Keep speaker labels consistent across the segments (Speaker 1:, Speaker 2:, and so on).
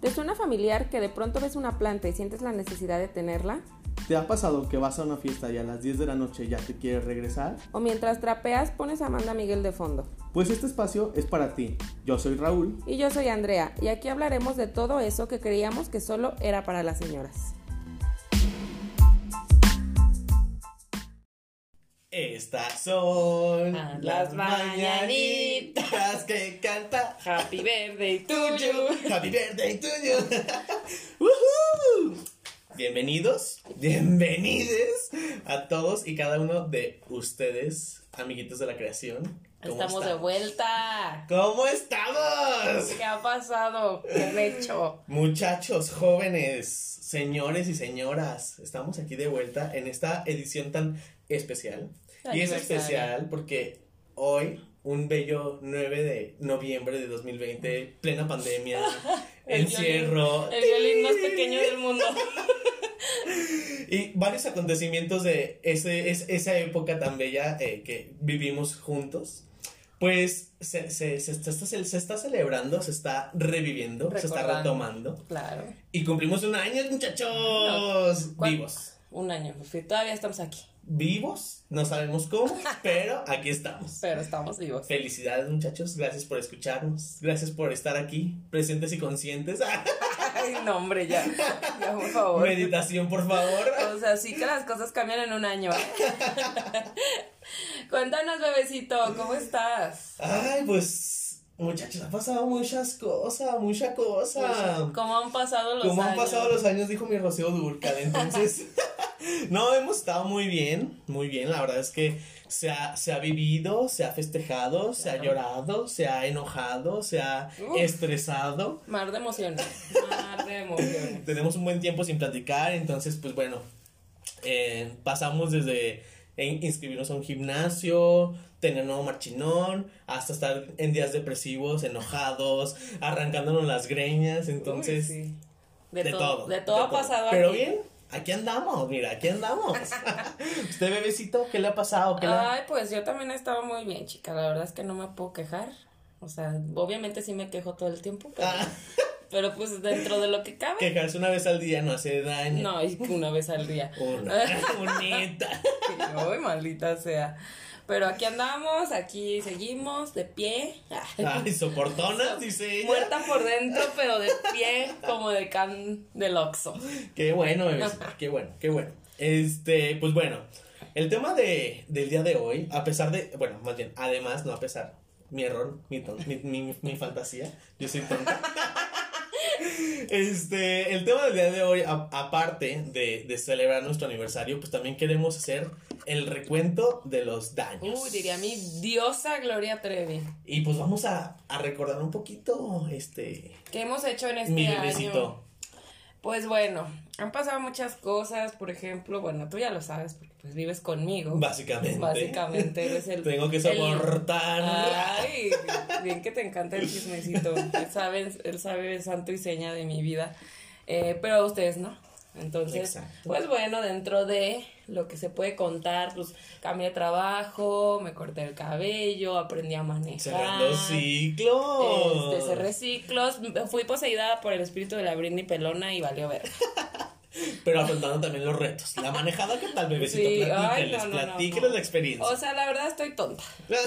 Speaker 1: ¿Te suena familiar que de pronto ves una planta y sientes la necesidad de tenerla?
Speaker 2: ¿Te ha pasado que vas a una fiesta y a las 10 de la noche ya te quieres regresar?
Speaker 1: ¿O mientras trapeas pones a Amanda Miguel de fondo?
Speaker 2: Pues este espacio es para ti. Yo soy Raúl.
Speaker 1: Y yo soy Andrea, y aquí hablaremos de todo eso que creíamos que solo era para las señoras.
Speaker 2: Estas son
Speaker 3: Ah, las mañanitas
Speaker 2: que canta
Speaker 3: Happy birthday to you.
Speaker 2: Happy birthday to you. Woohoo. Bienvenidos, bienvenides a todos y cada uno de ustedes, amiguitos de la creación. ¿Cómo
Speaker 3: Estamos de
Speaker 2: están?
Speaker 3: vuelta.
Speaker 2: ¿Cómo estamos?
Speaker 3: ¿Qué ha pasado? ¿Qué han hecho?
Speaker 2: Muchachos, jóvenes, señores y señoras, estamos aquí de vuelta en esta edición tan especial. Y es
Speaker 3: Aniversario.
Speaker 2: especial porque hoy, un bello 9 de noviembre de 2020, plena pandemia,
Speaker 3: El
Speaker 2: encierro.
Speaker 3: El violín más pequeño del mundo.
Speaker 2: Y varios acontecimientos de ese, es- esa época tan bella eh, que vivimos juntos. Pues se, se- se está, se- se está celebrando, se está reviviendo, se está
Speaker 3: Recordando.
Speaker 2: retomando.
Speaker 3: Claro.
Speaker 2: Y cumplimos un año, muchachos.
Speaker 3: ¿Cuán-
Speaker 2: Vivos.
Speaker 3: Un año, Fufi. Todavía estamos aquí,
Speaker 2: Vivos, no sabemos cómo, pero aquí estamos.
Speaker 3: pero estamos vivos.
Speaker 2: Felicidades, muchachos. Gracias por escucharnos. Gracias por estar aquí, presentes y conscientes.
Speaker 3: Ay, no, hombre, ya. Ya, por favor.
Speaker 2: Meditación, por favor.
Speaker 3: O sea, sí que las cosas cambian en un año. Cuéntanos, bebecito, ¿cómo estás?
Speaker 2: Ay, pues, muchachos, ha pasado muchas cosas, mucha cosa.
Speaker 3: ¿Cómo han pasado los
Speaker 2: Como Ah, han
Speaker 3: años?
Speaker 2: pasado los años, dijo mi Rocío Durcal. Entonces, no, hemos estado muy bien, muy bien. La verdad es que se ha, se ha vivido, se ha festejado, se ha
Speaker 3: Claro.
Speaker 2: llorado, se ha enojado, se ha
Speaker 3: Uf.
Speaker 2: estresado.
Speaker 3: Mar de emociones. Mar de emociones.
Speaker 2: Tenemos un buen tiempo sin platicar, entonces, pues bueno, eh, pasamos desde en- inscribirnos a un gimnasio, tener nuevo marchinón, hasta estar en días depresivos, enojados, arrancándonos las greñas, entonces...
Speaker 3: Uy, sí. de, todo, De todo ha pasado
Speaker 2: Pero
Speaker 3: aquí.
Speaker 2: bien, aquí andamos, mira, aquí andamos. Usted, bebecito, ¿qué le ha pasado? ¿Qué le ha-
Speaker 3: Ay, pues yo también he estado muy bien, chica. La verdad es que no me puedo quejar. O sea, obviamente sí me quejo todo el tiempo, pero,
Speaker 2: Ah,
Speaker 3: pero pues dentro de lo que cabe.
Speaker 2: quejarse una vez al día no hace daño.
Speaker 3: No, y que una vez al día.
Speaker 2: Una, bonita.
Speaker 3: Ay, maldita sea. Pero aquí andamos, aquí seguimos, de pie. ah,
Speaker 2: Ay, soportona, dice ella.
Speaker 3: Muerta por dentro, pero de pie, como de can del Oxxo.
Speaker 2: Qué bueno, bebecito, qué bueno, qué bueno. Este, pues bueno, el tema de, del día de hoy, a pesar de, bueno, más bien, además, no a pesar, mi error, mi, ton- mi, mi- mi fantasía, yo soy tonta. Este, el tema del día de hoy, a- aparte de, de celebrar nuestro aniversario, pues también queremos hacer el recuento de los daños.
Speaker 3: Uy, diría mi diosa Gloria Trevi.
Speaker 2: Y pues vamos a, a recordar un poquito, este,
Speaker 3: ¿Qué hemos hecho en este
Speaker 2: mi
Speaker 3: año?
Speaker 2: bebecito.
Speaker 3: Pues bueno, han pasado muchas cosas, por ejemplo, bueno, tú ya lo sabes porque pues vives conmigo.
Speaker 2: Básicamente.
Speaker 3: Básicamente eres el...
Speaker 2: Tengo que
Speaker 3: el-
Speaker 2: soportar.
Speaker 3: Ay, bien que te encanta el chismecito. Él sabe, él sabe santo y seña de mi vida, Eh, pero ustedes no. Entonces,
Speaker 2: Exacto.
Speaker 3: pues bueno, dentro de lo que se puede contar, pues cambié de trabajo, me corté el cabello, aprendí a manejar.
Speaker 2: Cerrando ciclos.
Speaker 3: Este, cerré ciclos, fui poseída por el espíritu de la Britney Pelona y valió ver.
Speaker 2: Pero afrontando también los retos. La manejada, ¿qué tal, bebecito?
Speaker 3: Sí, ay,
Speaker 2: platíqueles,
Speaker 3: no, no, no,
Speaker 2: platíqueles
Speaker 3: no.
Speaker 2: la experiencia.
Speaker 3: O sea, la verdad estoy tonta.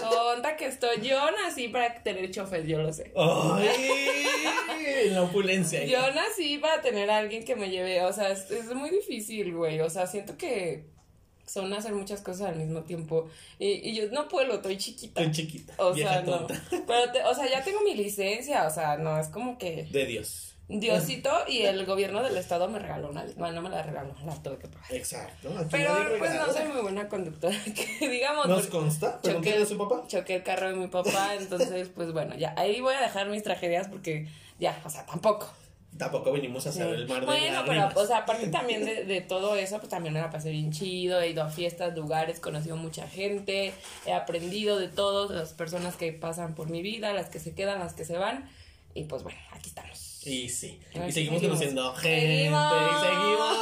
Speaker 3: Tonta que estoy. Yo nací para tener chofer, yo lo sé.
Speaker 2: ¡Ay! La opulencia.
Speaker 3: Yo nací para tener a alguien que me lleve. O sea, es, es muy difícil, güey. O sea, siento que son hacer muchas cosas al mismo tiempo. Y, y yo no puedo, estoy chiquita.
Speaker 2: Estoy chiquita.
Speaker 3: O
Speaker 2: vieja
Speaker 3: sea, no.
Speaker 2: tonta.
Speaker 3: Pero, te- o sea, ya tengo mi licencia. O sea, no, es como que
Speaker 2: De Dios.
Speaker 3: Diosito y el gobierno del estado me regaló una. Bueno, no me la regaló, la tuve que pagar.
Speaker 2: Exacto. aquí
Speaker 3: Pero
Speaker 2: nadie
Speaker 3: pues no
Speaker 2: regala.
Speaker 3: soy muy buena conductora, que digamos.
Speaker 2: Nos
Speaker 3: porque-
Speaker 2: consta. Pregúntale a su papá.
Speaker 3: choqué el carro de mi papá, entonces pues bueno, ya ahí voy a dejar mis tragedias porque ya, o sea, tampoco.
Speaker 2: Tampoco venimos a
Speaker 3: Sí.
Speaker 2: saber el mar de
Speaker 3: Bueno, pero
Speaker 2: lágrimas.
Speaker 3: o sea, aparte también de, de todo eso, pues también me la pasé bien chido, he ido a fiestas, lugares, conocido mucha gente, he aprendido de todos, las personas que pasan por mi vida, las que se quedan, las que se van, y pues bueno, aquí estamos.
Speaker 2: Y sí.
Speaker 3: Aquí
Speaker 2: Y seguimos
Speaker 3: seguimos.
Speaker 2: conociendo gente.
Speaker 3: Seguimos.
Speaker 2: Y seguimos.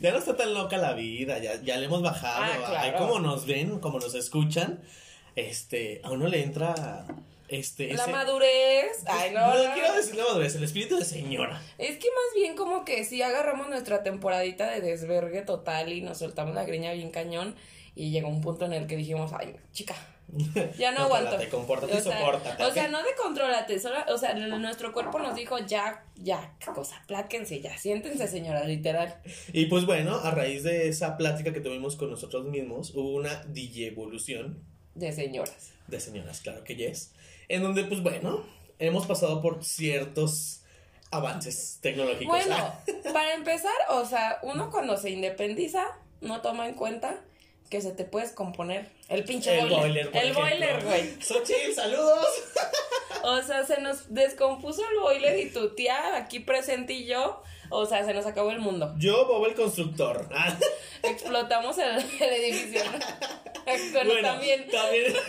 Speaker 2: ya no está tan loca la vida. Ya, ya le hemos bajado.
Speaker 3: Ah,
Speaker 2: Ay,
Speaker 3: claro.
Speaker 2: cómo nos ven, cómo nos escuchan. este, a uno le entra este
Speaker 3: La
Speaker 2: ese-
Speaker 3: madurez. Ay, no.
Speaker 2: no,
Speaker 3: no.
Speaker 2: quiero decir la madurez, el espíritu de señora.
Speaker 3: Es que más bien como que si agarramos nuestra temporadita de desvergue total y nos soltamos la greña bien cañón y llegó un punto en el que dijimos, ay, chica, ya no aguanto.
Speaker 2: Te compórtate y
Speaker 3: o sea,
Speaker 2: sopórtate.
Speaker 3: o sea,
Speaker 2: ¿ok?
Speaker 3: no de controlate, solo, o sea, n- nuestro cuerpo nos dijo, ya, ya, qué cosa, pláquense ya, siéntense señora, literal.
Speaker 2: Y pues bueno, a raíz de esa plática que tuvimos con nosotros mismos, hubo una DJ evolución
Speaker 3: de señoras.
Speaker 2: de señoras, claro que yes. En donde, pues bueno, hemos pasado por ciertos avances tecnológicos.
Speaker 3: Bueno,
Speaker 2: Ah,
Speaker 3: para empezar, o sea, uno cuando se independiza no toma en cuenta que se te puede descomponer el pinche
Speaker 2: el boiler, por
Speaker 3: el
Speaker 2: ejemplo.
Speaker 3: boiler, güey.
Speaker 2: Xochitl, saludos.
Speaker 3: O sea, se nos descompuso el boiler y tu tía aquí presente y yo, o sea, se nos acabó el mundo.
Speaker 2: Yo, Bob el constructor. Ah,
Speaker 3: Explotamos el, el edificio. ¿no? Pero
Speaker 2: bueno,
Speaker 3: también
Speaker 2: también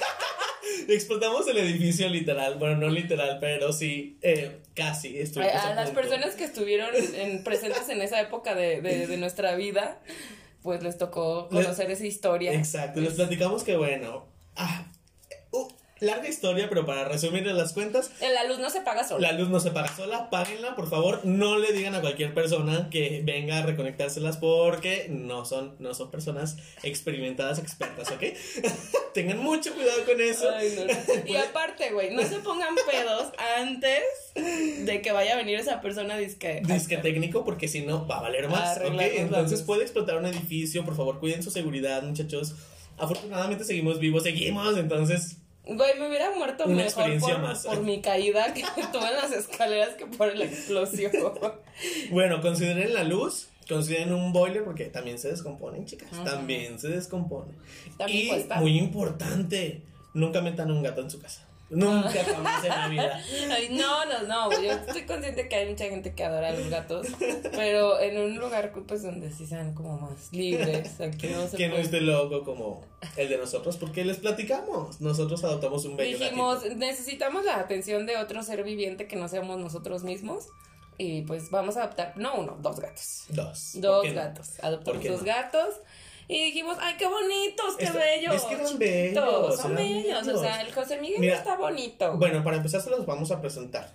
Speaker 2: explotamos el edificio literal. Bueno, no literal, pero sí, eh, casi.
Speaker 3: a,
Speaker 2: estuvimos
Speaker 3: a las
Speaker 2: punto.
Speaker 3: personas que estuvieron en- presentes en esa época de, de- de nuestra vida, pues les tocó
Speaker 2: Les-
Speaker 3: conocer esa historia.
Speaker 2: Exacto, les platicamos que bueno. ah, uh, larga historia, pero para resumirles las cuentas,
Speaker 3: La luz no se paga sola.
Speaker 2: La luz no se paga sola, páguenla, por favor. No le digan a cualquier persona que venga a reconectárselas porque no son, no son personas experimentadas, expertas, ¿ok? Tengan mucho cuidado con eso.
Speaker 3: Ay, no, no. Y aparte, güey, no se pongan pedos antes de que vaya a venir esa persona disque.
Speaker 2: Disque técnico, porque si no va a valer más, ¿ok?
Speaker 3: Arreglamos la
Speaker 2: Entonces
Speaker 3: luz.
Speaker 2: puede explotar un edificio, por favor, cuiden su seguridad, muchachos. Afortunadamente seguimos vivos, seguimos, entonces
Speaker 3: Güey, me hubiera muerto
Speaker 2: Una
Speaker 3: mejor
Speaker 2: experiencia
Speaker 3: por,
Speaker 2: más.
Speaker 3: por mi caída que tuve en las escaleras que por la explosión.
Speaker 2: Bueno, consideren la luz, consideren un boiler porque también se descomponen, chicas. También se descompone.
Speaker 3: También
Speaker 2: y
Speaker 3: cuesta.
Speaker 2: muy importante, nunca metan un gato en su casa. Nunca jamás en la vida.
Speaker 3: Ay, no, no, no, güey, yo estoy consciente que hay mucha gente que adora a los gatos, pero en un lugar pues donde sí sean como más libres, aquí no se
Speaker 2: Que no
Speaker 3: puede.
Speaker 2: esté loco como el de nosotros, porque les platicamos. Nosotros adoptamos un bello
Speaker 3: Dijimos,
Speaker 2: gatito.
Speaker 3: necesitamos la atención de otro ser viviente que no seamos nosotros mismos y pues vamos a adoptar, no uno, dos gatos.
Speaker 2: Dos. ¿Por
Speaker 3: Dos
Speaker 2: qué no?
Speaker 3: gatos, adoptamos
Speaker 2: qué
Speaker 3: dos
Speaker 2: no?
Speaker 3: gatos y dijimos, ay, qué bonitos, qué
Speaker 2: Esto-
Speaker 3: bellos.
Speaker 2: Es que eran bellos.
Speaker 3: Todos son
Speaker 2: eran
Speaker 3: bellos, o sea,
Speaker 2: bellos.
Speaker 3: el José Miguel
Speaker 2: Mira,
Speaker 3: está bonito.
Speaker 2: Bueno, para empezar se los vamos a presentar.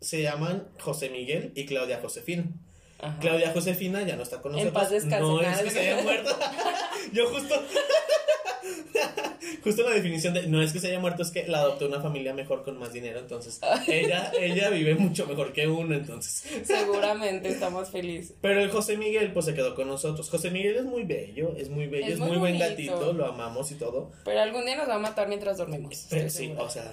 Speaker 2: Se llaman José Miguel y Claudia Josefina.
Speaker 3: Ajá.
Speaker 2: Claudia Josefina ya no está con
Speaker 3: Ah. En
Speaker 2: nosotros.
Speaker 3: paz descanse,
Speaker 2: No es
Speaker 3: nada.
Speaker 2: que se haya muerto. Yo justo. Justo la definición de no es que se haya muerto, es que la adoptó una familia mejor con más dinero. Entonces, ella, ella vive mucho mejor que uno. Entonces,
Speaker 3: Seguramente está más feliz.
Speaker 2: pero el José Miguel, pues se quedó con nosotros. José Miguel es muy bello, es muy bello,
Speaker 3: Es
Speaker 2: es,
Speaker 3: muy
Speaker 2: muy, buen
Speaker 3: bonito.
Speaker 2: gatito, lo amamos y todo.
Speaker 3: Pero algún día nos va a matar mientras dormimos.
Speaker 2: Pero
Speaker 3: estoy
Speaker 2: sí,
Speaker 3: segura.
Speaker 2: o sea,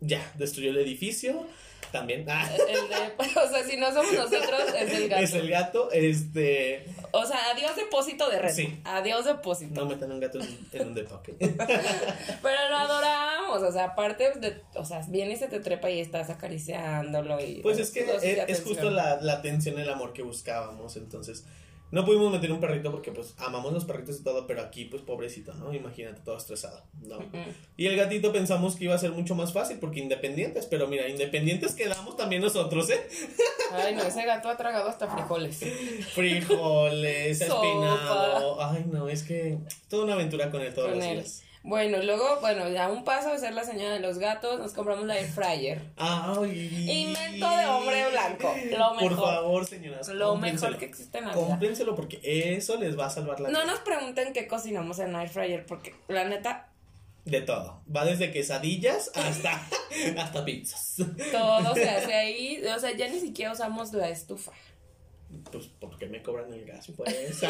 Speaker 2: ya, destruyó el edificio también. Ah,
Speaker 3: El de- o sea, si no somos nosotros, es el gato.
Speaker 2: es el gato, este.
Speaker 3: O sea, adiós depósito de red.
Speaker 2: Sí.
Speaker 3: Adiós depósito.
Speaker 2: No metan un gato en- en un depa, ok.
Speaker 3: Pero lo adoramos. O sea, aparte, de, o sea, viene y se te trepa y estás acariciándolo. Y,
Speaker 2: Pues es que
Speaker 3: dosis de
Speaker 2: es, es
Speaker 3: atención.
Speaker 2: justo la, la atención, el amor que buscábamos, entonces no pudimos meter un perrito porque pues amamos los perritos y todo, pero aquí pues pobrecito, ¿no? Imagínate todo estresado, ¿no?
Speaker 3: Mm,
Speaker 2: Y el gatito pensamos que iba a ser mucho más fácil porque independientes, pero mira, independientes quedamos también nosotros, ¿eh?
Speaker 3: Ay, no, ese gato ha tragado hasta frijoles.
Speaker 2: Frijoles,
Speaker 3: Sopa.
Speaker 2: espinado, ay no, es que toda una aventura con él todos
Speaker 3: con
Speaker 2: los
Speaker 3: él.
Speaker 2: días.
Speaker 3: Bueno, y luego, bueno, ya un paso de ser la señora de los gatos, nos compramos la air fryer.
Speaker 2: Ay.
Speaker 3: Invento de hombre blanco, lo
Speaker 2: Por
Speaker 3: mejor.
Speaker 2: favor, señoras.
Speaker 3: Lo
Speaker 2: cómprenselo.
Speaker 3: mejor que existe en la vida.
Speaker 2: Cómprenselo porque eso les va a salvar la vida.
Speaker 3: No nos pregunten qué cocinamos en air fryer porque la neta
Speaker 2: De todo. Va desde quesadillas hasta, hasta pizzas.
Speaker 3: todo se hace ahí, o sea, ya ni siquiera usamos la estufa.
Speaker 2: Pues, ¿por qué me cobran el gas? Pues.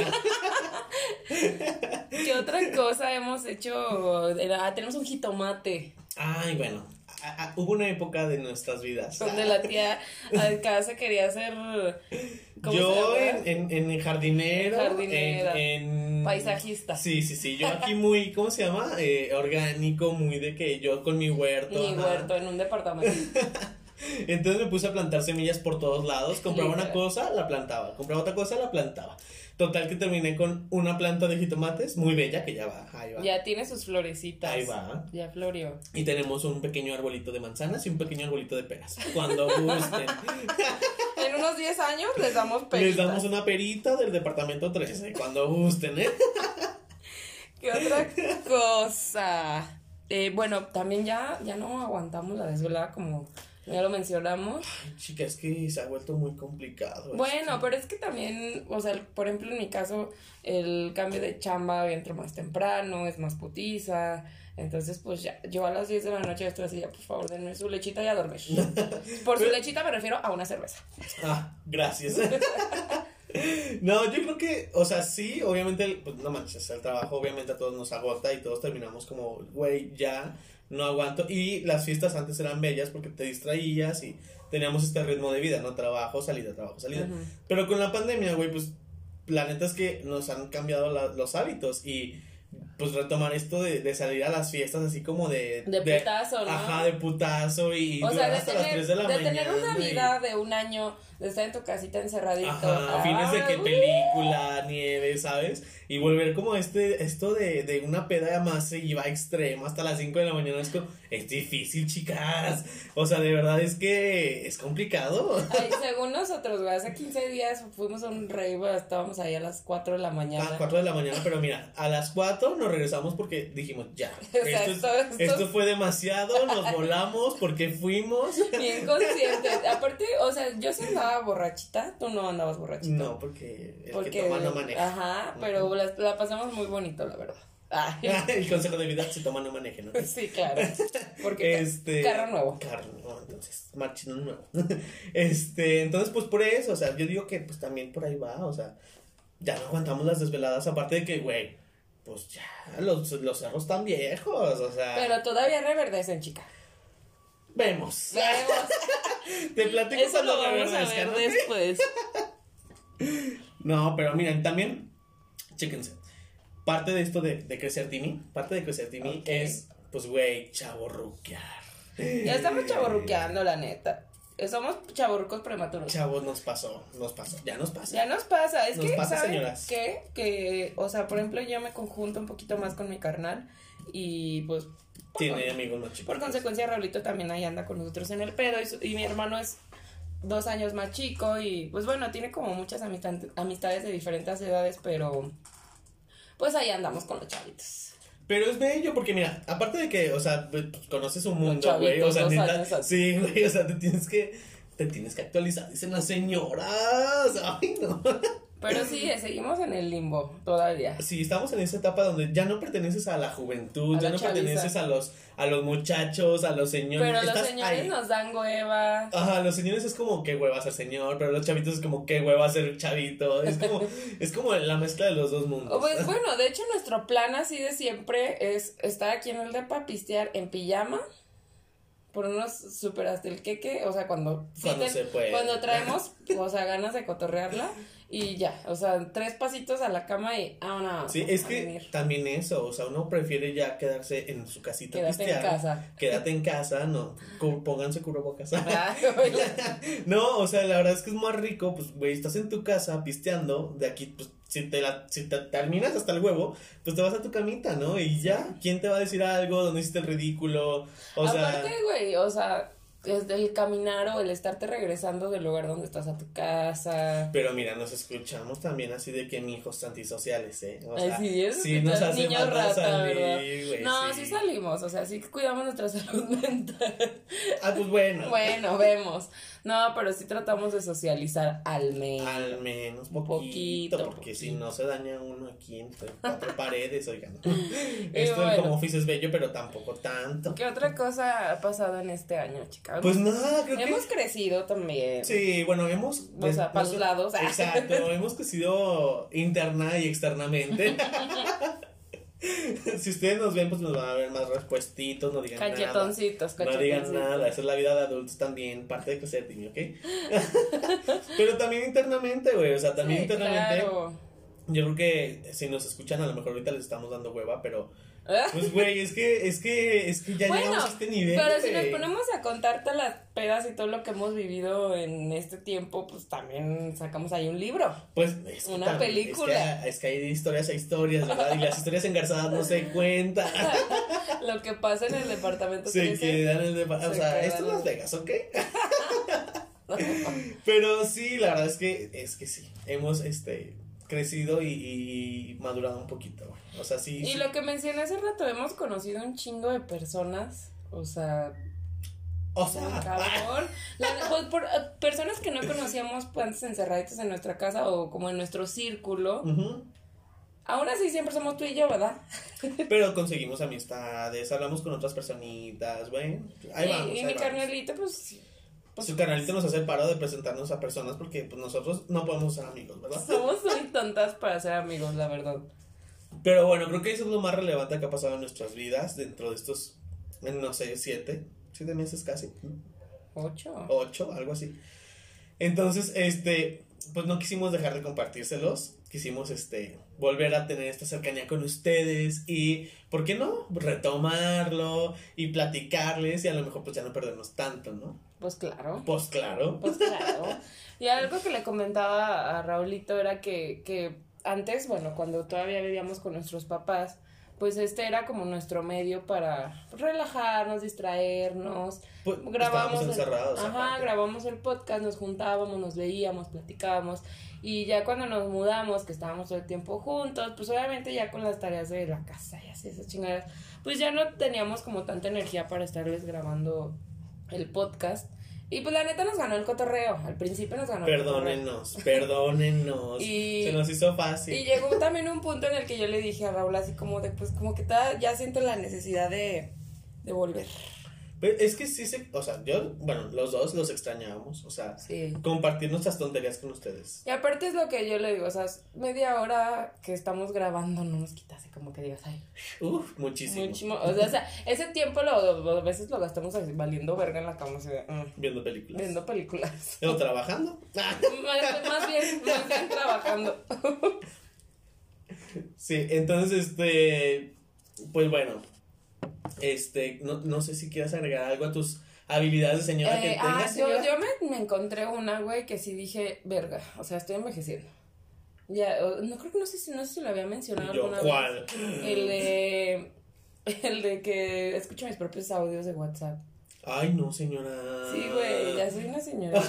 Speaker 3: ¿Qué otra cosa hemos hecho? Ah, tenemos un jitomate
Speaker 2: Ay, bueno. a- a- hubo una época de nuestras vidas.
Speaker 3: donde la tía acá se quería hacer ¿cómo
Speaker 2: Yo
Speaker 3: se llama?
Speaker 2: en, en, en jardinero.
Speaker 3: Jardinera.
Speaker 2: En, en-
Speaker 3: paisajista.
Speaker 2: Sí, sí, sí. Yo aquí muy, ¿cómo se llama? Eh, orgánico, muy de que yo con mi huerto.
Speaker 3: Mi
Speaker 2: ajá.
Speaker 3: huerto en un departamento.
Speaker 2: Entonces me puse a plantar semillas por todos lados. Compraba una
Speaker 3: Literal.
Speaker 2: cosa, la plantaba. Compraba otra cosa, la plantaba. Total que terminé con una planta de jitomates muy bella que ya va. Ahí va.
Speaker 3: Ya tiene sus florecitas.
Speaker 2: Ahí va.
Speaker 3: Ya floreó.
Speaker 2: Y tenemos un pequeño arbolito de manzanas y un pequeño arbolito de peras. Cuando gusten.
Speaker 3: En unos 10 años les damos
Speaker 2: Les
Speaker 3: pelitas.
Speaker 2: damos una perita del departamento 13. Cuando gusten, ¿eh?
Speaker 3: ¿Qué otra cosa? eh, bueno, también ya, ya no aguantamos la desvelada como ya lo mencionamos.
Speaker 2: Ay, chica, es que se ha vuelto muy complicado.
Speaker 3: Bueno, pero es que también, o sea, por ejemplo, en mi caso, el cambio de chamba, entro más temprano, es más putiza. Entonces, pues ya, yo a las 10 de la noche estoy así, ya, por favor, denme su lechita y a dormir. Por su lechita me refiero a una cerveza.
Speaker 2: Ah, gracias. No, yo creo que, o sea, sí, obviamente, el- pues no manches, el trabajo obviamente a todos nos agota y todos terminamos como, güey, ya, no aguanto. Y las fiestas antes eran bellas porque te distraías y teníamos este ritmo de vida, ¿no? Trabajo, salida, trabajo, salida. Pero con la pandemia, güey, pues la neta es que nos han cambiado la- los hábitos y pues retomar esto de, de salir a las fiestas así como de...
Speaker 3: De putazo, ¿no?
Speaker 2: Ajá, de putazo y
Speaker 3: O sea,
Speaker 2: durar
Speaker 3: de
Speaker 2: hasta las
Speaker 3: tener,
Speaker 2: 3 de la
Speaker 3: de
Speaker 2: mañana.
Speaker 3: tener una
Speaker 2: y-
Speaker 3: vida de un año, de estar en tu casita encerradito.
Speaker 2: Ajá,
Speaker 3: ah,
Speaker 2: fines de que
Speaker 3: uh,
Speaker 2: película, nieve, ¿sabes? Y volver como este, esto de, de una peda más se iba extremo hasta las 5 de la mañana es como, es difícil, chicas. O sea, de verdad es que es complicado.
Speaker 3: ay, según nosotros, güey, hace 15 días fuimos a un rave, estábamos ahí a las 4 de la
Speaker 2: A
Speaker 3: mañana.
Speaker 2: las 4 Ah, de la mañana, pero mira, a las 4 nos regresamos porque dijimos, ya, esto, es-
Speaker 3: Exacto, esto es-
Speaker 2: esto fue demasiado, nos volamos porque fuimos.
Speaker 3: Bien consciente. Aparte, o sea, yo sí andaba borrachita, tú no andabas borrachita.
Speaker 2: No, porque el que toma no maneja.
Speaker 3: Ajá, pero la, la pasamos muy bonito, la verdad. Ay,
Speaker 2: El consejo de vida, si toma no maneje, ¿no?
Speaker 3: sí, claro. Porque
Speaker 2: Este,
Speaker 3: carro nuevo.
Speaker 2: Carro nuevo, entonces, marchino nuevo. este, entonces, pues por eso, o sea, yo digo que pues también por ahí va, o sea, ya no aguantamos las desveladas, aparte de que, güey, pues ya, los, los cerros están viejos, o sea,
Speaker 3: Pero todavía reverdecen, chica.
Speaker 2: vemos.
Speaker 3: Vemos.
Speaker 2: Te platico
Speaker 3: Eso
Speaker 2: cuando
Speaker 3: lo vamos a
Speaker 2: regresca,
Speaker 3: ver
Speaker 2: ¿no?
Speaker 3: después.
Speaker 2: No, pero miren, también, chéquense. Parte de esto de, de crecer Timmy, parte de crecer Timmy
Speaker 3: Ok.
Speaker 2: es, pues, güey, chaborruquear.
Speaker 3: Ya estamos chaborruqueando, la neta. Somos chaborrucos prematuros.
Speaker 2: Chavos, nos pasó, nos pasó, ya nos pasa.
Speaker 3: Ya nos pasa, es
Speaker 2: Nos
Speaker 3: que,
Speaker 2: pasa,
Speaker 3: ¿saben
Speaker 2: señoras.
Speaker 3: qué? Que, o sea, por ejemplo, yo me conjunto un poquito más con mi carnal y pues
Speaker 2: Tiene amigos más chicos.
Speaker 3: Por consecuencia, Raulito también ahí anda con nosotros en el pedo. Y, su- y mi hermano es dos años más chico. Y pues bueno, tiene como muchas amistad- amistades de diferentes edades, pero pues ahí andamos con los chavitos.
Speaker 2: Pero es bello porque, mira, aparte de que, o sea, pues, conoces un mundo,
Speaker 3: chavitos,
Speaker 2: güey. O sea,
Speaker 3: dos
Speaker 2: neta,
Speaker 3: años así.
Speaker 2: sí, güey, o sea, te tienes que, te tienes que actualizar, dicen las señoras. Ay, no.
Speaker 3: Pero sí, eh, seguimos en el limbo todavía.
Speaker 2: Sí, estamos en esa etapa donde ya no perteneces a la juventud,
Speaker 3: A
Speaker 2: ya
Speaker 3: la
Speaker 2: no
Speaker 3: chaviza.
Speaker 2: perteneces a los, a los muchachos, a los señores.
Speaker 3: Pero los
Speaker 2: estás
Speaker 3: señores
Speaker 2: ahí.
Speaker 3: nos dan hueva.
Speaker 2: Ajá, los señores es como qué hueva ser señor, pero los chavitos es como qué hueva ser chavito. Es como, es como la mezcla de los dos mundos.
Speaker 3: O, Pues bueno, de hecho, nuestro plan así de siempre es estar aquí en el depa, pistear en pijama. Por unos super hasta el queque, o sea, cuando, sí
Speaker 2: Cuando se puede.
Speaker 3: cuando traemos, o sea, ganas de cotorrearla y ya, o sea, tres pasitos a la cama y ah, no.
Speaker 2: Sí, es que también eso, o sea, uno prefiere ya quedarse en su casita
Speaker 3: Quédate en
Speaker 2: pistear.
Speaker 3: casa.
Speaker 2: Quédate en casa, no, cu- pónganse cubrebocas.
Speaker 3: Ah, oye,
Speaker 2: no, o sea, la verdad es que es más rico, pues, güey, estás en tu casa pisteando, de aquí, pues, si te, la, si te terminas hasta el huevo, pues te vas a tu camita, ¿no? Y ya, ¿quién te va a decir algo? ¿Dónde hiciste el ridículo? O sea,
Speaker 3: Aparte, güey, o sea, es el caminar o el estarte regresando del lugar donde estás a tu casa.
Speaker 2: pero mira, nos escuchamos también así de que mi hijos antisociales, ¿eh? O
Speaker 3: Ay,
Speaker 2: sea,
Speaker 3: sí, es
Speaker 2: sí nos
Speaker 3: escuchar
Speaker 2: hace
Speaker 3: niño
Speaker 2: falta
Speaker 3: rata,
Speaker 2: salir,
Speaker 3: ¿verdad?
Speaker 2: güey,
Speaker 3: No, sí. salimos, o sea, sí cuidamos nuestra salud mental.
Speaker 2: Ah, pues bueno.
Speaker 3: bueno, vemos. No, pero sí tratamos de socializar al menos.
Speaker 2: Al menos
Speaker 3: Un
Speaker 2: poquito,
Speaker 3: poquito,
Speaker 2: porque si
Speaker 3: poquito.
Speaker 2: no se daña uno aquí entre cuatro paredes, oigan. Esto
Speaker 3: bueno.
Speaker 2: como oficio es bello, pero tampoco tanto.
Speaker 3: ¿Qué otra cosa ha pasado en este año, chica?
Speaker 2: Pues nada, creo
Speaker 3: Hemos crecido también.
Speaker 2: que sí, bueno, hemos
Speaker 3: O sea, para los lados.
Speaker 2: Exacto, hemos crecido interna y externamente. si ustedes nos ven, pues nos van a ver más respuestitos, no digan nada.
Speaker 3: Cachetoncitos,
Speaker 2: No
Speaker 3: cachetoncitos.
Speaker 2: digan nada, esa es la vida de adultos también, parte de crecer, Timmy, ¿ok? Pero también internamente, güey, o sea, también
Speaker 3: Sí,
Speaker 2: internamente
Speaker 3: claro.
Speaker 2: Yo creo que si nos escuchan, a lo mejor ahorita les estamos dando hueva, pero.
Speaker 3: Ah,
Speaker 2: Pues, güey, es que, es que, es que ya
Speaker 3: Bueno,
Speaker 2: llegamos a este nivel.
Speaker 3: pero si nos
Speaker 2: güey.
Speaker 3: ponemos a contar todas las pedas y todo lo que hemos vivido en este tiempo, pues también sacamos ahí un libro.
Speaker 2: Pues es que
Speaker 3: Una
Speaker 2: también,
Speaker 3: película.
Speaker 2: Es que, es que hay de historias a historias, ¿verdad? Y las historias engarzadas no se cuentan.
Speaker 3: Lo que pasa en el departamento
Speaker 2: se
Speaker 3: 13.
Speaker 2: quedan en el depa- O
Speaker 3: Se
Speaker 2: sea,
Speaker 3: quedan
Speaker 2: esto es
Speaker 3: en-
Speaker 2: Las Vegas, ¿ok? Pero sí, la verdad es que, es que sí. Hemos, este. crecido y, y madurado un poquito, güey. O sea, sí.
Speaker 3: Y
Speaker 2: sí.
Speaker 3: lo que mencioné hace rato, hemos conocido un chingo de personas. O sea,
Speaker 2: O
Speaker 3: Tan
Speaker 2: sea,
Speaker 3: cabrón. La- pues, por, eh, personas que no conocíamos pues, antes encerraditos en nuestra casa o como en nuestro círculo.
Speaker 2: ujú.
Speaker 3: Aún así siempre somos tú y yo, ¿verdad?
Speaker 2: Pero conseguimos amistades, hablamos con otras personitas, güey. Ahí
Speaker 3: y
Speaker 2: vamos.
Speaker 3: y
Speaker 2: ahí
Speaker 3: mi
Speaker 2: vamos.
Speaker 3: carnalito, pues,
Speaker 2: Pues su canalito nos hace el paro de presentarnos a personas porque pues, nosotros no podemos ser amigos, ¿verdad?
Speaker 3: somos muy tontas para ser amigos, la verdad.
Speaker 2: Pero bueno, creo que eso es lo más relevante que ha pasado en nuestras vidas dentro de estos, no sé, siete, siete meses casi,
Speaker 3: Ocho.
Speaker 2: ocho, algo así. Entonces, este, pues no quisimos dejar de compartírselos, quisimos, este, volver a tener esta cercanía con ustedes y, ¿por qué no? Retomarlo y platicarles y a lo mejor pues ya no perdernos tanto, ¿no?
Speaker 3: Pues claro.
Speaker 2: Pues claro.
Speaker 3: Pues claro. Y algo que le comentaba a Raulito era que, que antes, bueno, cuando todavía vivíamos con nuestros papás, pues este era como nuestro medio para relajarnos, distraernos,
Speaker 2: pues,
Speaker 3: grabamos
Speaker 2: estábamos encerrados.
Speaker 3: el, ajá,
Speaker 2: aparte.
Speaker 3: grabamos el podcast, nos juntábamos, nos veíamos, platicábamos y ya cuando nos mudamos, que estábamos todo el tiempo juntos, pues obviamente ya con las tareas de la casa y así esas chingadas, pues ya no teníamos como tanta energía para estarles grabando el podcast. Y pues la neta nos ganó el cotorreo, al principio nos ganó el cotorreo.
Speaker 2: Perdónennos, perdónennos.
Speaker 3: Ah, Y-
Speaker 2: Se nos hizo
Speaker 3: Y
Speaker 2: fácil.
Speaker 3: llegó también un punto en el que yo le dije a Raúl así como de pues como que ta- ya siento la necesidad de, de volver.
Speaker 2: Pero es que sí se. O sea, yo, bueno, los dos los extrañábamos. O sea,
Speaker 3: Sí.
Speaker 2: compartir nuestras tonterías con ustedes.
Speaker 3: Y aparte es lo que yo le digo, o sea, media hora que estamos grabando no nos quita así como que digas, ay,
Speaker 2: Uf, muchísimo.
Speaker 3: muchísimo. O sea, o sea, ese tiempo lo, lo- a veces lo gastamos así, valiendo verga en la cama, así de, mm,
Speaker 2: Viendo películas.
Speaker 3: viendo películas.
Speaker 2: O trabajando. Ah,
Speaker 3: más, más bien, más bien trabajando.
Speaker 2: sí, entonces, este. Pues bueno. Este, no, no sé si quieras agregar algo a tus habilidades de señora que
Speaker 3: Eh, ah,
Speaker 2: tengas.
Speaker 3: yo,
Speaker 2: señora.
Speaker 3: yo me, me encontré una, güey, que sí dije, verga, o sea, estoy envejeciendo. Ya, o- no creo que no sé si no sé si lo había mencionado
Speaker 2: Yo,
Speaker 3: alguna vez.
Speaker 2: ¿cuál?
Speaker 3: El de, el de que escucho mis propios audios de WhatsApp.
Speaker 2: Ay, no, señora.
Speaker 3: Sí, güey, ya soy una señora.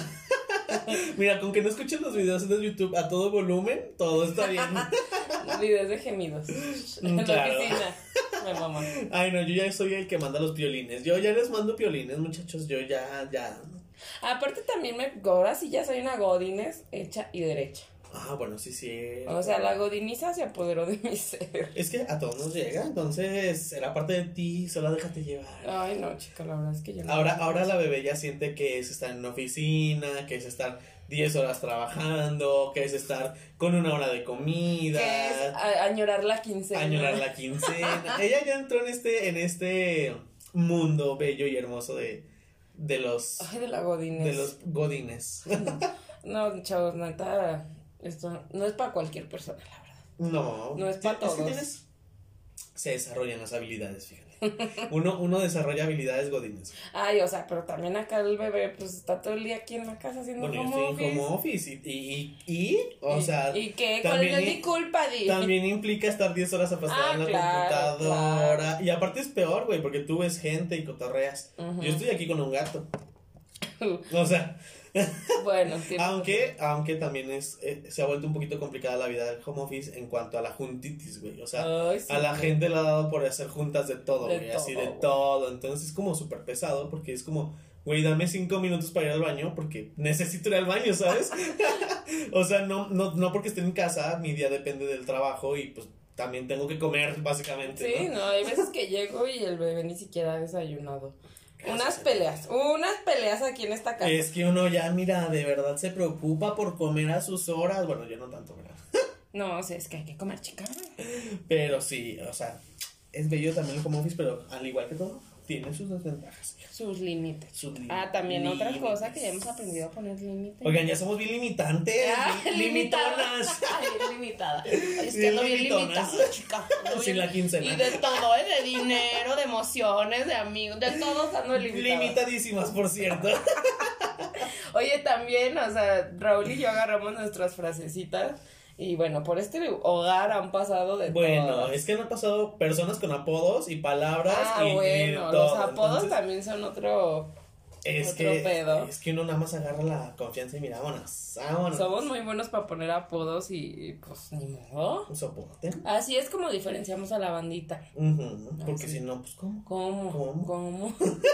Speaker 2: Mira, con que no escuches los videos de YouTube a todo volumen, todo está bien.
Speaker 3: Videos de gemidos. En
Speaker 2: Claro.
Speaker 3: la oficina. Me mamá.
Speaker 2: Ay, no, yo ya soy el que manda los violines. Yo ya les mando violines, muchachos. Yo ya, ya.
Speaker 3: Aparte también me ahora sí ya soy una godines hecha y derecha.
Speaker 2: Ah, bueno, sí, sí.
Speaker 3: O sea, la godiniza se apoderó de mi ser.
Speaker 2: Es que a todos nos llega, entonces era parte de ti, solo déjate llevar.
Speaker 3: Ay, no, chica, la verdad es que yo no-
Speaker 2: Ahora, ahora la bebé ya siente que es estar en una oficina, que es estar 10 horas trabajando, que es estar con una hora de comida.
Speaker 3: Que es a- añorar la quincena.
Speaker 2: añorar la quincena. Ella ya entró en este, en este mundo bello y hermoso de, de los
Speaker 3: Ay, de la godines.
Speaker 2: de los godines.
Speaker 3: No, chavos, neta, esto no es para cualquier persona, la verdad.
Speaker 2: No.
Speaker 3: No es pa'
Speaker 2: que
Speaker 3: todos.
Speaker 2: tienes- se desarrollan las habilidades, fíjate. Uno, uno desarrolla habilidades godines.
Speaker 3: Ay, o sea, pero también acá el bebé, pues, está todo el día aquí en la casa haciendo
Speaker 2: Bueno, yo
Speaker 3: home
Speaker 2: estoy en
Speaker 3: office.
Speaker 2: home office y, y, y- y, o
Speaker 3: ¿Y-
Speaker 2: sea,
Speaker 3: ¿Y qué? ¿Cuál
Speaker 2: también-
Speaker 3: es mi culpa, di?
Speaker 2: también implica estar 10 horas aplastado
Speaker 3: Ah,
Speaker 2: en la
Speaker 3: claro,
Speaker 2: computadora. Y aparte es peor, güey, porque tú ves gente y cotorreas.
Speaker 3: Ujú.
Speaker 2: Yo estoy aquí con un gato. O sea,
Speaker 3: Bueno, sí.
Speaker 2: aunque, aunque también es, eh, se ha vuelto un poquito complicada la vida del home office en cuanto a la juntitis, güey. O sea,
Speaker 3: Ay, Ah, sí,
Speaker 2: A la
Speaker 3: güey.
Speaker 2: gente le ha dado por hacer juntas de todo,
Speaker 3: De
Speaker 2: güey, así de
Speaker 3: todo, güey.
Speaker 2: todo. Entonces es como súper pesado porque es como, güey, dame cinco minutos para ir al baño porque necesito ir al baño, ¿sabes? o sea, no, no, no porque esté en casa, mi día depende del trabajo y pues también tengo que comer, básicamente.
Speaker 3: Sí,
Speaker 2: ¿no?
Speaker 3: no, hay veces que llego y el bebé ni siquiera ha desayunado.
Speaker 2: Gracias,
Speaker 3: unas
Speaker 2: señor.
Speaker 3: peleas, unas peleas aquí en esta casa.
Speaker 2: Es que uno ya, mira, de verdad se preocupa por comer a sus horas. Bueno, yo no tanto, ¿verdad?
Speaker 3: No, o sea, es que hay que comer, chica.
Speaker 2: Pero sí, o sea, es bello también el home office, pero al igual que todo, tiene sus desventajas.
Speaker 3: Sus límites.
Speaker 2: Sus
Speaker 3: Ah, también otra cosa que ya
Speaker 2: límites.
Speaker 3: hemos aprendido a poner límites.
Speaker 2: Oigan, ya somos bien limitantes.
Speaker 3: Ah,
Speaker 2: li- limitonas.
Speaker 3: Ay, limitada. Ay, es que
Speaker 2: Bien
Speaker 3: ando bien
Speaker 2: limitonas.
Speaker 3: limitada, chica. Ando
Speaker 2: Sin
Speaker 3: bien-
Speaker 2: la quincena.
Speaker 3: Y de todo, ¿eh? De dinero, de emociones, de amigos, de todos ando limitada.
Speaker 2: Limitadísimas, por cierto.
Speaker 3: Oye, también, o sea, Raúl y yo agarramos nuestras frasecitas. Y bueno, por este hogar han pasado de
Speaker 2: Bueno,
Speaker 3: todo.
Speaker 2: es que han pasado personas con apodos y palabras.
Speaker 3: Ah,
Speaker 2: y, y
Speaker 3: bueno,
Speaker 2: todo,
Speaker 3: los apodos
Speaker 2: entonces,
Speaker 3: también son otro
Speaker 2: Es
Speaker 3: Otro
Speaker 2: que,
Speaker 3: pedo.
Speaker 2: es que uno nada más agarra la confianza y mira, vámonos, vámonos.
Speaker 3: Somos muy buenos para poner apodos y pues ni modo.
Speaker 2: Soporte.
Speaker 3: Así es como diferenciamos a la bandita.
Speaker 2: Ujú,
Speaker 3: Ah,
Speaker 2: Porque
Speaker 3: sí.
Speaker 2: si no, pues ¿cómo?
Speaker 3: ¿Cómo?
Speaker 2: ¿Cómo?
Speaker 3: ¿Cómo?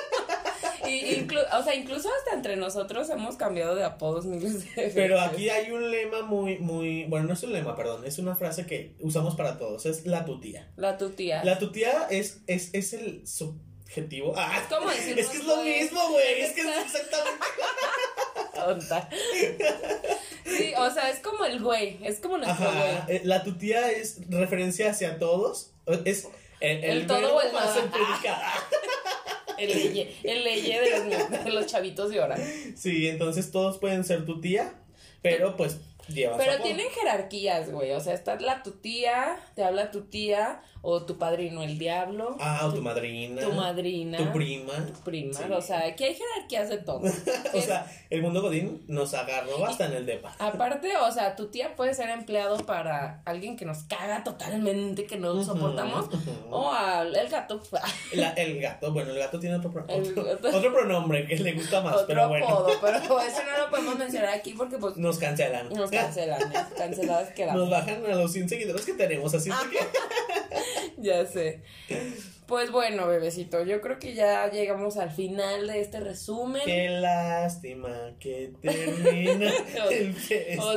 Speaker 3: y inclu- o sea, incluso hasta entre nosotros hemos cambiado de apodos miles de veces.
Speaker 2: Pero aquí hay un lema muy, muy, bueno, no es un lema, perdón, es una frase que usamos para todos, es la tutía.
Speaker 3: La tutía.
Speaker 2: La tutía es, es, es el subjetivo. Ah,
Speaker 3: Es como decir,
Speaker 2: es que es lo
Speaker 3: güey,
Speaker 2: mismo, güey, es que es exactamente.
Speaker 3: Tonta. Sí, o sea, es como el güey, es como nuestro
Speaker 2: Ajá,
Speaker 3: güey.
Speaker 2: eh, la tutía es referencia hacia todos, es el,
Speaker 3: El todo
Speaker 2: verbo
Speaker 3: o el
Speaker 2: más Ah,
Speaker 3: nada.
Speaker 2: el predicado.
Speaker 3: El leye, el leye de los, ni- de los chavitos de ahora.
Speaker 2: Sí, entonces todos pueden ser tu tía, pero pues llevan su
Speaker 3: Pero
Speaker 2: apodo.
Speaker 3: tienen jerarquías, güey. O sea, está la tu tía, te habla tu tía, o tu padrino, el diablo,
Speaker 2: Ah, o tu madrina.
Speaker 3: tu madrina,
Speaker 2: Tu prima.
Speaker 3: prima.
Speaker 2: Sí.
Speaker 3: O sea, aquí hay jerarquías de todo.
Speaker 2: O sea, el mundo Godín nos agarró hasta en el depa.
Speaker 3: Aparte, o sea, tu tía puede ser empleado para alguien que nos caga totalmente, que no soportamos, Oh.
Speaker 2: Ujú.
Speaker 3: o al el gato.
Speaker 2: La- el gato, bueno, el gato tiene otro, pro-
Speaker 3: El
Speaker 2: otro,
Speaker 3: gato.
Speaker 2: otro pronombre que le gusta más,
Speaker 3: otro
Speaker 2: pero bueno,
Speaker 3: apodo, pero eso no lo podemos mencionar aquí porque pues
Speaker 2: nos cancelan. Ah,
Speaker 3: nos cancelan, Ah, ¿eh? canceladas
Speaker 2: Nos
Speaker 3: quedamos.
Speaker 2: bajan a los 100 seguidores que tenemos, así es de que
Speaker 3: Ya sé. Pues bueno, bebecito, yo creo que ya llegamos al final de este resumen.
Speaker 2: qué lástima que termina el festival.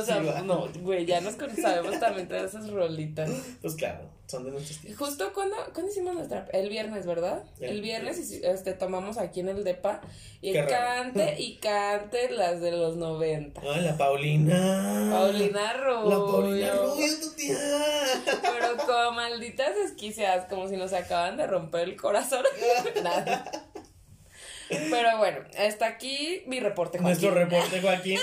Speaker 3: O sea, no, güey, ya nos con- sabemos también todas esas rolitas.
Speaker 2: Pues claro, son de nuestros
Speaker 3: Y
Speaker 2: tíos.
Speaker 3: Justo cuando, ¿cuándo hicimos nuestra? El viernes, ¿verdad?
Speaker 2: Sí.
Speaker 3: El viernes hici- este, tomamos aquí en el DEPA y
Speaker 2: Qué raro.
Speaker 3: cante y cante las de los 90.
Speaker 2: Ay, la Paulina.
Speaker 3: Paulina Rubio.
Speaker 2: Ah, La Paulina Rubio es tu tía.
Speaker 3: Pero como malditas desquiciadas, como si nos acaban de romper el corazón. Nada. Pero bueno, hasta aquí mi reporte. Joaquín.
Speaker 2: Nuestro reporte, Joaquín.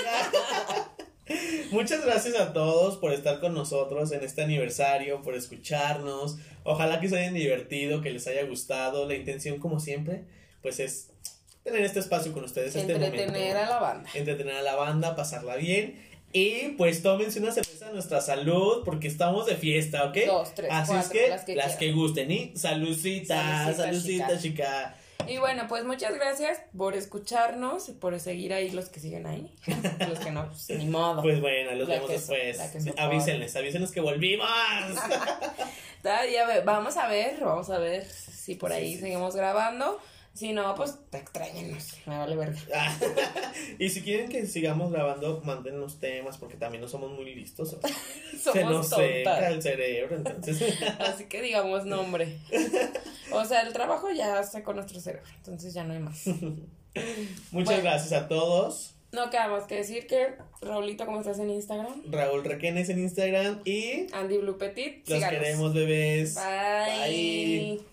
Speaker 2: Muchas gracias a todos por estar con nosotros en este aniversario, por escucharnos. Ojalá que se hayan divertido, que les haya gustado. La intención, como siempre, pues es tener este espacio con ustedes, este momento.
Speaker 3: Entretener a la banda.
Speaker 2: entretener a la banda, pasarla bien. Y pues tómense una cerveza a nuestra salud, porque estamos de fiesta, ¿ok?
Speaker 3: Dos, tres,
Speaker 2: Así
Speaker 3: cuatro,
Speaker 2: es que
Speaker 3: las que quieran.
Speaker 2: gusten. Y saludcita, saludcita,
Speaker 3: Saludcita,
Speaker 2: chica.
Speaker 3: Y bueno, pues muchas gracias por escucharnos, por seguir ahí los que siguen ahí. Los que no, pues ni modo.
Speaker 2: Pues bueno, los
Speaker 3: La
Speaker 2: vemos
Speaker 3: que-
Speaker 2: después.
Speaker 3: la que se
Speaker 2: avísenles, avísenles que volvimos.
Speaker 3: Ta- Ah, ya ve- vamos a ver, vamos a ver si por ahí seguimos grabando. Si no, pues te extrañenos. Me vale verga.
Speaker 2: y si quieren que sigamos grabando, manden los temas, porque también no somos muy listos. se
Speaker 3: Somos
Speaker 2: nos seca
Speaker 3: tontas.
Speaker 2: el cerebro, entonces.
Speaker 3: Así que digamos nombre. O sea, el trabajo ya está con nuestro cerebro, entonces ya no hay más.
Speaker 2: Muchas
Speaker 3: Bueno.
Speaker 2: gracias a todos.
Speaker 3: No queda más que decir que, Raulito, ¿cómo estás en Instagram?
Speaker 2: Raúl Requenes en Instagram y
Speaker 3: Andy Blue Petit,
Speaker 2: los
Speaker 3: síganos.
Speaker 2: queremos, bebés.
Speaker 3: Bye.
Speaker 2: Bye.